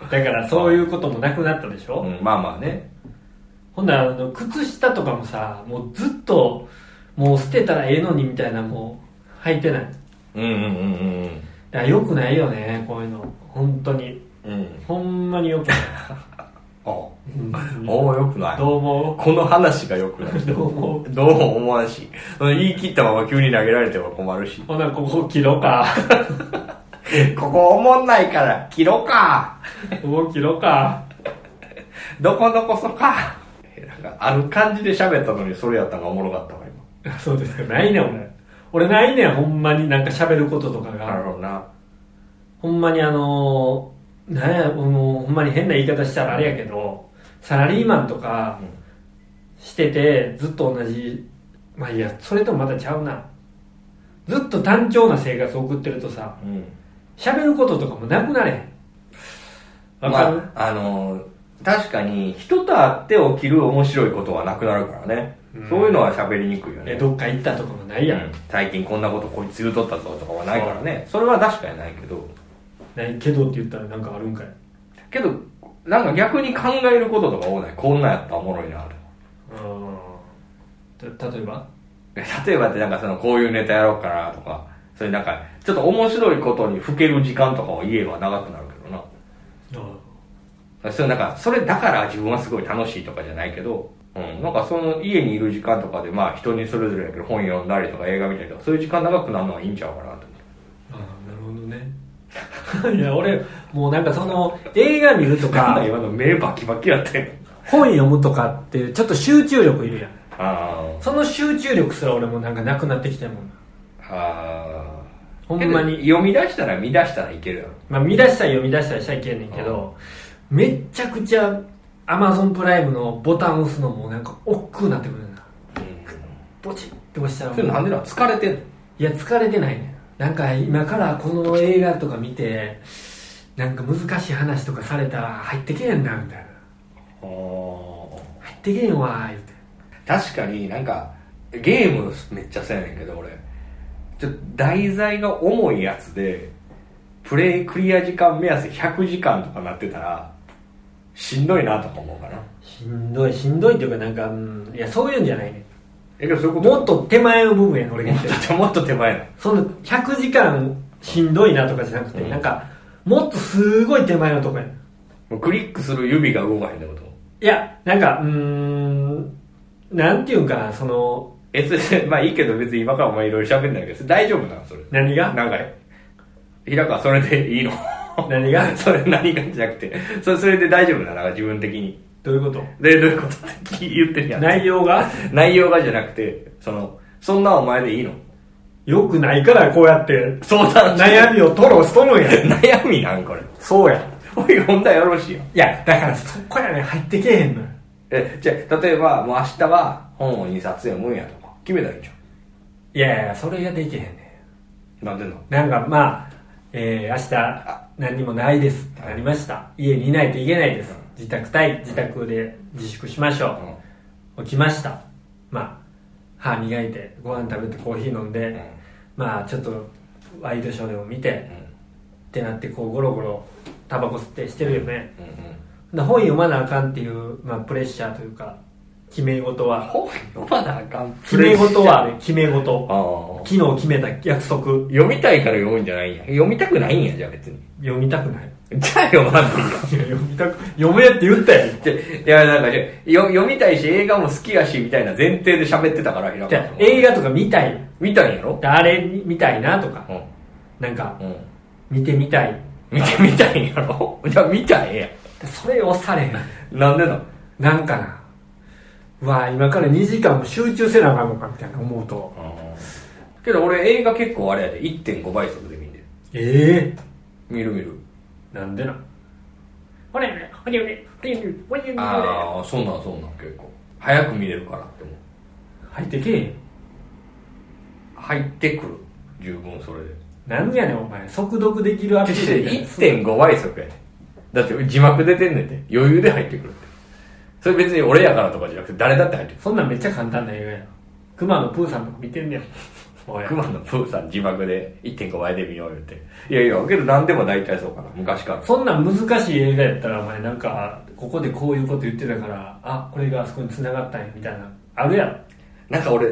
A: だから、そういうこともなくなったでしょ、
B: うん、まあまあね
A: ほんならあの靴下とかもさ、もうずっと、もう捨てたらええのにみたいな、もう、履いてない。
B: うんうんうんうん
A: だから良くないよねこういうの本当に
B: うんうん
A: ほんまに良くない
B: ああ
A: うん
B: おおよくない
A: どう思
B: この話がよくな
A: う
B: い
A: どう思う
B: どうも思わんしその言い切ったまま急に投げられては困るし
A: ほなここ切ろうか
B: ここ思んないから切ろうか
A: ここ切ろうか
B: どこのこそかなんかある感じで喋ったのにそれやったのがおもろかったわ今
A: あそうですかないねん俺俺ないねんほんまになんか喋ることとか
B: なる
A: が
B: ほどな
A: ほんまにあのーなんやもうほんまに変な言い方したらあれやけどサラリーマンとか
B: うん
A: しててずっと同じまあいいやそれともまたちゃうなずっと単調な生活を送ってるとさ
B: うん
A: 喋ることとかもなくなれへんわかる、
B: まあ、あのー確かに人と会って起きる面白いことはなくなるからね、
A: うん
B: そういうのは喋りにくいよ
A: え
B: ね
A: どっか行ったとかもないやん、
B: 最近こんなことこいつ言うとったぞとかはないからねそれは確かにないけど
A: ないけどって言ったらなんかあるんかい
B: けどなんか逆に考えることとか多ないこんなんやったらおもろいなと
A: うんた例えば
B: え例えばってなんかそのこういうネタやろうかなとかそういうなんかちょっと面白いことにふける時間とかを言えば長くなるけどなそれなんかそれだから自分はすごい楽しいとかじゃないけど、うん、なんかその家にいる時間とかでまあ人にそれぞれやけど本読んだりとか映画見たりとかそういう時間長くなるのはいいんちゃうかなと思って
A: ああなるほどね いや俺もうなんかその映画見ると
B: なん
A: か
B: だ今の目バキバキやってんの
A: 本読むとかってちょっと集中力いるやん
B: あ
A: その集中力すら俺もなんかなくなってきてもん
B: ーあー
A: ほんまに
B: けど読み出したら見出したらいけるやろ
A: まあ見出したり読み出したりしたらいけんねんけどめっちゃくちゃアマゾンプライムのボタン押すのもなんか億劫になってくるねんなポチって押したら
B: それ
A: もう
B: なんでなん疲れてんの
A: いや疲れてないねんなんか今からこの映画とか見てなんか難しい話とかされたら入ってけえんなみたいな入ってけえんわー言うて
B: 確かになんかゲームめっちゃそうやねんけど俺ちょっと題材が重いやつでプレイクリア時間目安100時間とかなってたらしんどいなとか思うかな
A: しんどいしんどいっていうかなんか、うん、いやそういうんじゃないね
B: えけどそういうこ
A: ん
B: と
A: もっと手前の部分やねん俺が言ってる
B: だってもっと手前な
A: その100時間しんどいなとかじゃなくて、
B: うん
A: なんかもっとすごい手前のとこやねん
B: もうクリックする指が動かへんってこと
A: いやなんかうーんなんていうんかなその
B: えそれまあいいけど別に今からお前いろいろ喋んないけどそれ大丈夫なのそれ
A: 何が
B: なんか平川それでいいの
A: 何が
B: それ何がじゃなくてそれそれで大丈夫なのなんか自分的に
A: どういうこと
B: でどういうことって言ってんやん
A: 内容が
B: 内容がじゃなくて、その、そんなお前でいいの
A: 良くないからこうやって
B: 相 談
A: 悩みを吐露しとるんや
B: み。 悩みなんこれ。
A: そうや
B: おい、ほんだよろしいよ。
A: いやだからそこやねん入ってけえへんのよ
B: え、じゃあ例えば、もう明日は本を2冊読むんやとか、決めたらいいじゃ
A: いやいやそれができへんね
B: ん。なんでの
A: んなんかまあ、えー、明日何もないですってなりました家にいないといけないです自宅待自宅で自粛しましょう、起きましたまあ歯磨いてご飯食べてコーヒー飲んで、
B: うん。うん。
A: まあちょっとワイドショーでも見て、
B: う
A: っ
B: ん。
A: てなってこうゴロゴロタバコ吸ってしてるよね、
B: うんうん。
A: で本読まなあかんっていう、まあ、プレッシャーというか決め事は
B: 本読まなあかん。
A: 決め事
B: プ
A: は
B: レッシ
A: 決め事
B: ャー。ああ。
A: 昨日決めた約束
B: 読みたいから読むんじゃないんや。読みたくないんや、じゃあ別に。
A: 読みたくない
B: じゃあ読まんでいいよ。
A: い や読みたく読めって言ったやん
B: でいや、なんかじゃあよ読みたいし、映画も好きやし、みたいな前提で喋ってたから、平
A: じ
B: 川
A: ゃ
B: さ
A: あ
B: んは
A: 映画とか見たい
B: 見たんやろ
A: あれ見たいなとか
B: うん。
A: なんか
B: うん。
A: 見てみたい
B: 見てみたいんやろじゃあ見たらえ
A: それ押されへん
B: えやん。なんでなの
A: なんかな、うわあ今から2時間も集中せなあかんのかみたいな思うと。
B: けど俺映画結構あれやで、1.5倍速で見る。
A: ええ
B: 見る見る。
A: なんでなんほれほれほれほれほれほれ
B: ああ、そんなんそんなん結構。早く見れるからって思う。
A: 入ってけえへん。
B: 入ってくる。十分それで。
A: なんやねんお前、速読できるアプリで。
B: 1.5倍速やで。だって字幕出てんねんて。余裕で入ってくるって。それ別に俺やからとかじゃなくて誰だって入ってくる。
A: そんなんめっちゃ簡単な映画やん。熊野プーさんとか見てんねやん。おい。
B: 熊野プーさん字幕で1.5倍で見ようよって。いやいや、けど何でも大体そうかな。昔から。
A: そんなん難しい映画やったらお前なんか、ここでこういうこと言ってたから、あ、これがあそこに繋がったんやみたいな。あるやん。
B: なんか俺、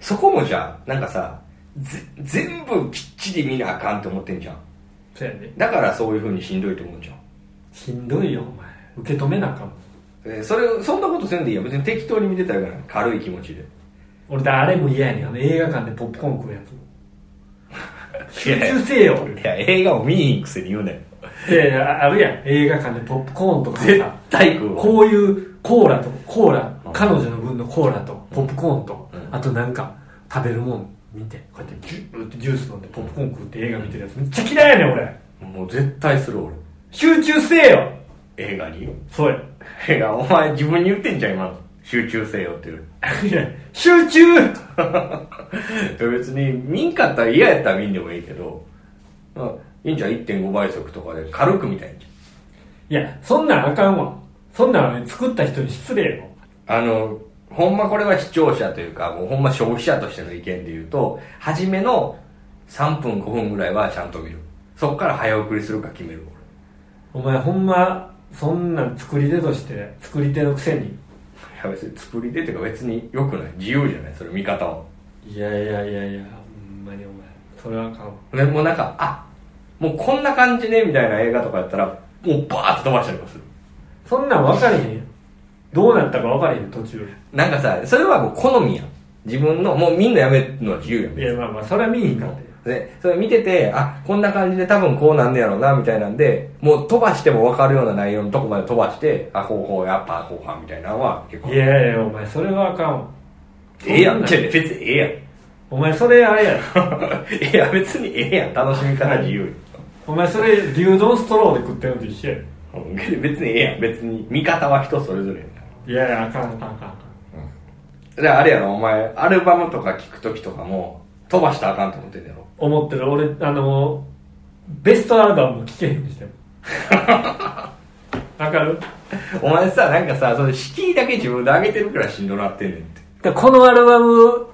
B: そこもじゃあ、なんかさ、ぜ全部きっちり見なあかんって思ってんじゃん。
A: そうやね。
B: だからそういう風にしんどいと思うじゃん。
A: しんどいよお前。受け止めなあかんもん。
B: えーそれ、そんなことせんでいいや。別に適当に見てたらよくない。軽い気持ちで。
A: 俺だあれも嫌やねんあの映画館でポップコーン食うやつも集
B: いやい
A: 中せえよ
B: や、映画を見に行くせに言うねん。
A: いやいやあるやん映画館でポップコーンとか
B: 絶
A: さ
B: 対食うわ。
A: こういうコーラとコーラ
B: うん
A: 彼女の分のコーラとポップコーンと、
B: うん
A: あとなんか食べるもん見てこうやってジューってジュース飲んでポップコーン食うって映画見てるやつめっちゃ嫌いやねん俺
B: もう絶対する俺。
A: 集中せえよ
B: 映画によ。
A: そうや
B: 映画、お前自分に言ってんじゃん、今の。集中せよって いう。
A: いや集中
B: いや別に見んかったら嫌やったら見んでもいいけど、まあいいんじゃん1.5倍速とかで軽くみたいに
A: いやそんなんあかんわそんなん作った人に失礼よ
B: あのほんまこれは視聴者というかもうほんま消費者としての意見で言うと初めの3分5分ぐらいはちゃんと見るそっから早送りするか決める
A: お前ほんまそんなん作り手として作り手のくせに
B: 俺いや別に作り手とか別によくない自由じゃないそれ見方を
A: いやいやいやいやほんまにお前それはあかんわ
B: でもうなんかあもうこんな感じねみたいな映画とかやったらもうバーッと飛ばしたりとかする
A: そんなん分かれへんよどうなったか分かれへん途中
B: なんかさそれはもう好みやん自分のもうみんなやめるのは自由やん
A: いやまあまあそれは見えへんかったよ
B: で、それ見てて、あ、こんな感じで多分こうなんねやろうな、みたいなんで、もう飛ばしても分かるような内容のとこまで飛ばして、あ、ほうほう、やっぱ後半みたいなのは結構。
A: い、やいやお前それはあかんわ
B: ええやん、
A: そ
B: ち
A: な
B: ゃう別にええやん。
A: お前それあれや
B: ええやん、別にええやん。楽しみ方自由。
A: お前それ牛丼ストローで食ってるのと一緒や
B: うん別に ええやん、別に。見方は人それぞれやん
A: いやいやあかんあかんあかんあかん
B: で、あれやろ、お前、アルバムとか聞くときとかも、飛ばしたらあかんと思ってんねやろ。
A: 思ってる俺あのベストアルバムも聴けへんように してるわかる
B: お前さ、なんかさ、それ敷居だけ自分で上げてるからしんどなってんねんって。
A: でこのアルバム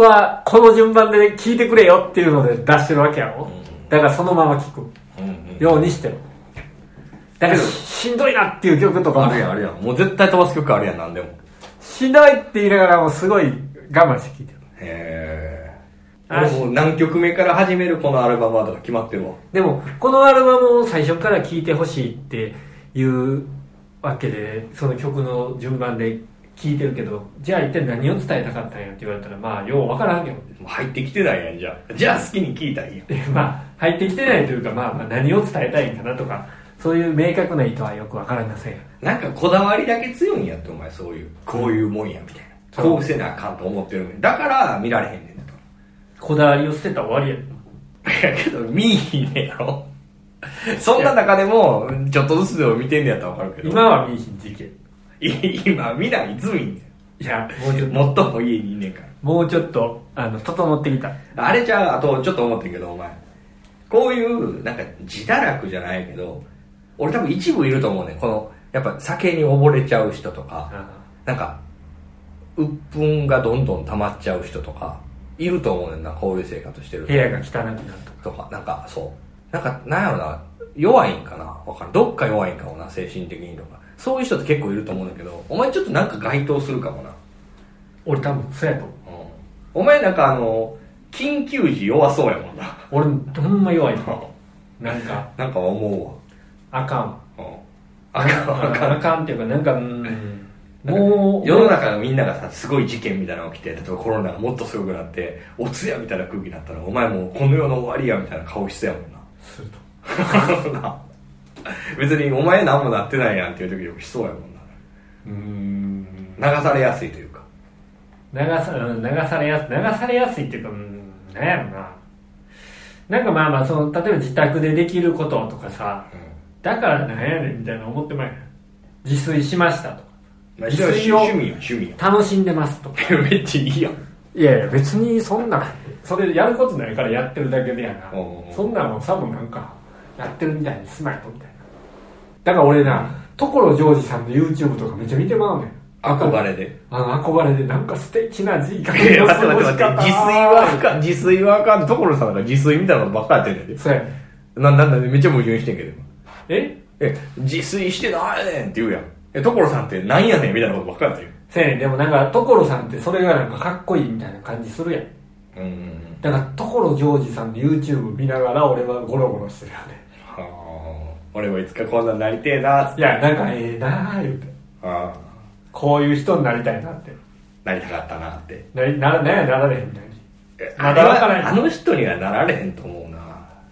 A: はこの順番で聴いてくれよっていうので出してるわけやろ、だからそのまま聴く
B: うんうん。
A: ようにしてるだけどし んどいなっていう曲とか
B: あるやん、あるやん。もう絶対飛ばす曲あるやん、なんでも。
A: しんどいって言いながらもうすごい我慢して聴いてる
B: へ
A: あ
B: え。もう何曲目から始めるこのアルバムはとか決まってるわ。
A: でもこのアルバムを最初から聴いてほしいっていうわけでその曲の順番で聴いてるけどじゃあ一体何を伝えたかったんやって言われたらまあようわからんけど
B: もう入ってきてないやん、じゃあ。じゃあ好きに聴いたらいいやん。
A: で まあ入ってきてないというか、まあ、まあ何を伝えたいんかなとかそういう明確な意図はよくわからりません
B: なんかこだわりだけ強いんやって、お前そういう。こういうもんや、みたいな。こうせなあかんと思ってるのに。だから見られへんねんと。
A: こだわりを捨てたら終わりや
B: いやけど、見いひんねやろ。 そんな中でも、ちょっとずつでも見てんねやったらわかるけど。
A: 今は見いひん事件
B: い今見ない、いつ見んね
A: いやもうちょっ
B: ん。
A: と
B: もっとも家にいんねんから。
A: もうちょっとあの整ってきた
B: あれじゃあ、あとちょっと思ってんけど、お前。こういう、なんか、自堕落じゃないけど、俺多分一部いると思うねん。この、やっぱ酒に溺れちゃう人とか、なんか、鬱憤がどんどん溜まっちゃう人とか、いると思うねんな、こういう生活してる
A: 部
B: 人
A: 屋が汚くなると
B: とか、なんか、そう。なんか、なんやろな、弱いんかなわかる。どっか弱いんかもな、精神的にとか。そういう人って結構いると思うんだけど、お前ちょっとなんか該当するかもな。
A: 俺多分そうやと思う
B: うんお前なんかあの、緊急時弱そうやもんな。
A: 俺ほんま弱いのなんか
B: なんか思
A: あかん
B: うわ。うん。あかんあかん
A: あかんっていうかなんかうんもう
B: 世の中のみんながさ、すごい事件みたいなのが起きて、例えばコロナがもっとすごくなって、お通夜みたいな空気になったら、お前もうこの世の終わりやみたいな顔してやもんな。
A: すると
B: な別にお前何もなってないやんっていう時よくしそうやもんな。
A: うーん
B: 流されやすいというか
A: 流さうん流されやす流されやすいっていうかうんなんやろななんかまあまあその例えば自宅でできることとかさだからなんやねんみたいな思ってまい自炊しましたとか
B: まあ
A: 自
B: 一
A: 炊
B: 応趣
A: を
B: 味や趣味
A: 楽しんでますとか
B: や めっちゃいいやん
A: いやいや別にそんなそれやることないからやってるだけでやな
B: おうおう
A: そんなんもさもなんかやってるみたいにすまいとみたいなだから俺な所ジョージさんの YouTube とかめっちゃ見てまうねん
B: 憧れで
A: あの憧れでなんか素敵な字書
B: い
A: け
B: や
A: の
B: 待って
A: 過
B: 待
A: ご
B: っ
A: して
B: 待っ
A: 方
B: て自炊はあかん自炊はあかん所さんなんか自炊みたいなことばっかりやってんねんで
A: そうや
B: ななんだめっちゃ矛盾してんけど今
A: え
B: え自炊してないねんって言うやんえ所さんってなんやねんみたいなことばっかりやって
A: そうやねんでもなんか所さんってそれがなんかかっこいいみたいな感じするやん
B: 言ううん
A: だから所ジョージさんの YouTube 見ながら俺はゴロゴロしてるよね
B: はあ俺もいつかこんなんなりてえなーっつっ
A: い
B: て
A: やなんかええなあ言うて
B: ああ
A: こういう人になりたいなって
B: なりたかったなーって
A: なりならななられへんみたいに
B: え
A: まだわからん
B: あの人にはなられへんと思うなやっ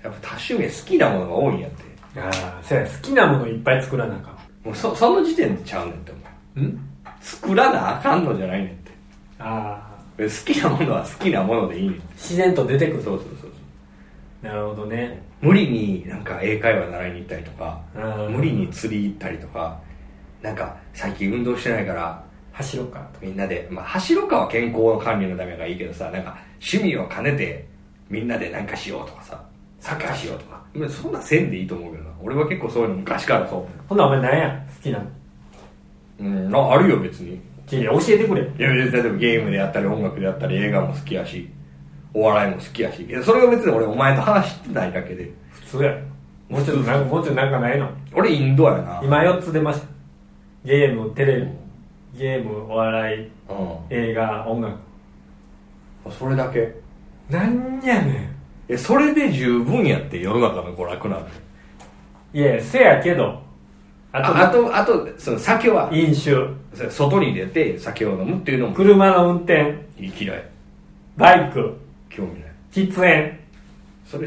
B: ぱ多趣味好きなものが多いんやって
A: ああそうや好きなものいっぱい作らなあか
B: もうそその時点でちゃうねんってお前
A: んん
B: 作らなあかんのじゃないねんって
A: ああ
B: 好きなものは好きなものでいいねん
A: 自然と出てく
B: そう
A: る
B: そうそうそう
A: なるほどね
B: 無理になんか英会話習いに行ったりとか
A: うん
B: 無理に釣り行ったりとかなんか最近運動してないから
A: 走ろうか
B: みんなでまあ走ろかは健康の管理のためがいいけどさなんか趣味を兼ねてみんなでなんかしようとかさサッカーしようとか今そんなせんでいいと思うけどな俺は結構そういうの昔からそ
A: ほんならお前何や好きなの
B: ううんなあるよ別に
A: ちょ教えてくれよ
B: いや別に例えばゲームであったり音楽であったり映画も好きやしお笑いも好きやしいやそれが別に俺お前と話してないだけで
A: 普通やろもうちょっとなんかもうちょっとなんかないの
B: 俺インドアやな
A: 今4つ出ましたゲームテレビゲームお笑い
B: うん
A: 映画音楽
B: それだけ
A: なんやね
B: えそれで十分やって世の中の娯楽なんて
A: んいやせやけどあと
B: ああとあとその酒は
A: 飲酒
B: それ外に出て酒を飲むっていうのも
A: 車の運転
B: いい嫌い
A: バイク
B: 興味ない
A: 喫煙
B: それ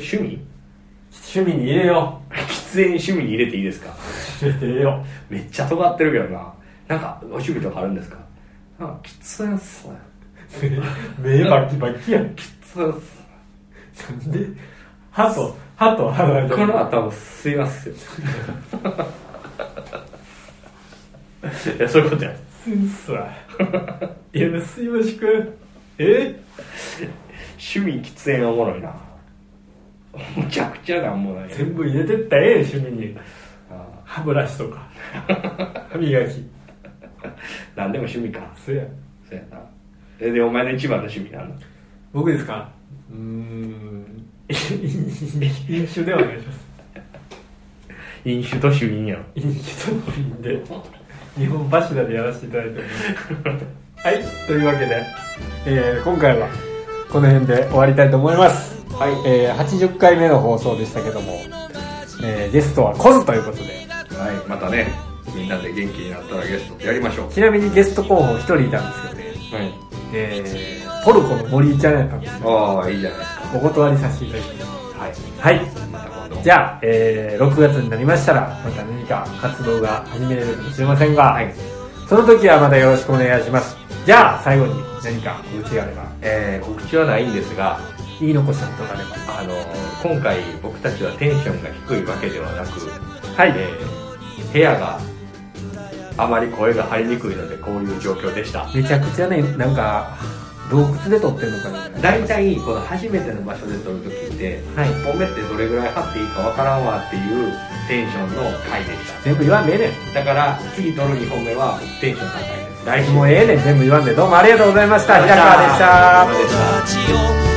B: 趣味
A: 趣味に入れよ
B: 喫煙趣味に入れていいですか
A: う入れて入れよ
B: めっちゃ尖ってるけどななんかお趣味とかあるんですかなんか喫煙っすね
A: う目バキバキやん
B: 喫煙っす
A: なんで歯と歯と歯の間
B: こ
A: に
B: の頭 吸いますよいやそういうことや
A: センスはよろしよろしくえ
B: 趣味喫煙おもろいなむちゃくちゃなんもない
A: 全部入れてったらええ趣味に
B: あ
A: 歯ブラシとか歯磨き
B: ー何でも趣味か
A: そや
B: そやなえでお前の一番の趣味なんだ
A: 僕ですかうーん飲酒でお願いします
B: 飲酒と趣味やろ
A: 飲酒と飲んで日本柱でやらせていただいておりますはいというわけで、えー今回はこの辺で終わりたいと思いますはい、えー80回目の放送でしたけども、えーゲストはコズということで
B: はいまたねみんなで元気になったらゲストやりましょう
A: ちなみにゲスト候補1人いたんですけどね
B: はい
A: えー、トルコの森ちゃんやったんですよ
B: ああいいじゃないです
A: お断りさせていただきま
B: かはい
A: すはい
B: また今度
A: じゃあ、えー6月になりましたらまた何か活動が始められるかもしれませんが、その時はまたよろしくお願いしますじゃあ最後に何か告知があれば
B: えー告知はないんですが
A: 言い残したことがあれば
B: あのー今回僕たちはテンションが低いわけではなく、
A: はい、
B: えー部屋があまり声が入りにくいのでこういう状況でした
A: めちゃくちゃねなんか洞窟で撮ってるのかな
B: 大体この初めての場所で撮るときって
A: はい
B: 1本目ってどれぐらい張っていいかわからんわっていうテンションの回でし
A: 全部言わんでええね
B: ただから次撮る2本目はテンション高いです来
A: んもうええねん全部言わんでどうもありがとうございました平川でした
B: でした
D: たちよ